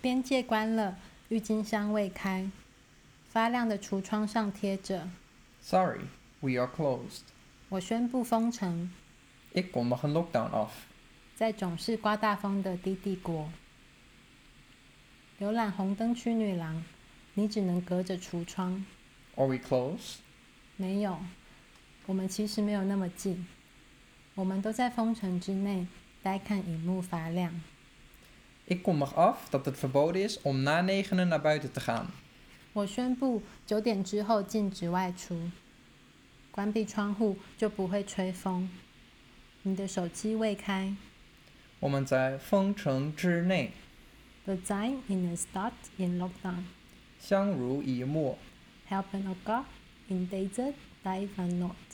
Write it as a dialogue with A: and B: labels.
A: 边界关了，郁金香未开，发亮的橱窗上贴着
B: Sorry, we are closed.
A: “我宣布封城
B: Ik kondig een lockdown af. ”，
A: 在总是刮大风的低帝国。浏览红灯区女郎，你只能隔着橱窗。
B: Are we close?
A: 没有，我们其实没有那么近，我们都在封城之内，呆看荧幕发亮。
B: Ik kondig af dat het verboden is om na negenen naar buiten te gaan.
A: 我宣布九点之后禁止外出，关闭窗户就不会吹风。你的手机未开
B: 我们在封城之内
A: ，the time in a start in lockdown,
B: 相濡以沫。
A: help an o g a in desert, dive and not。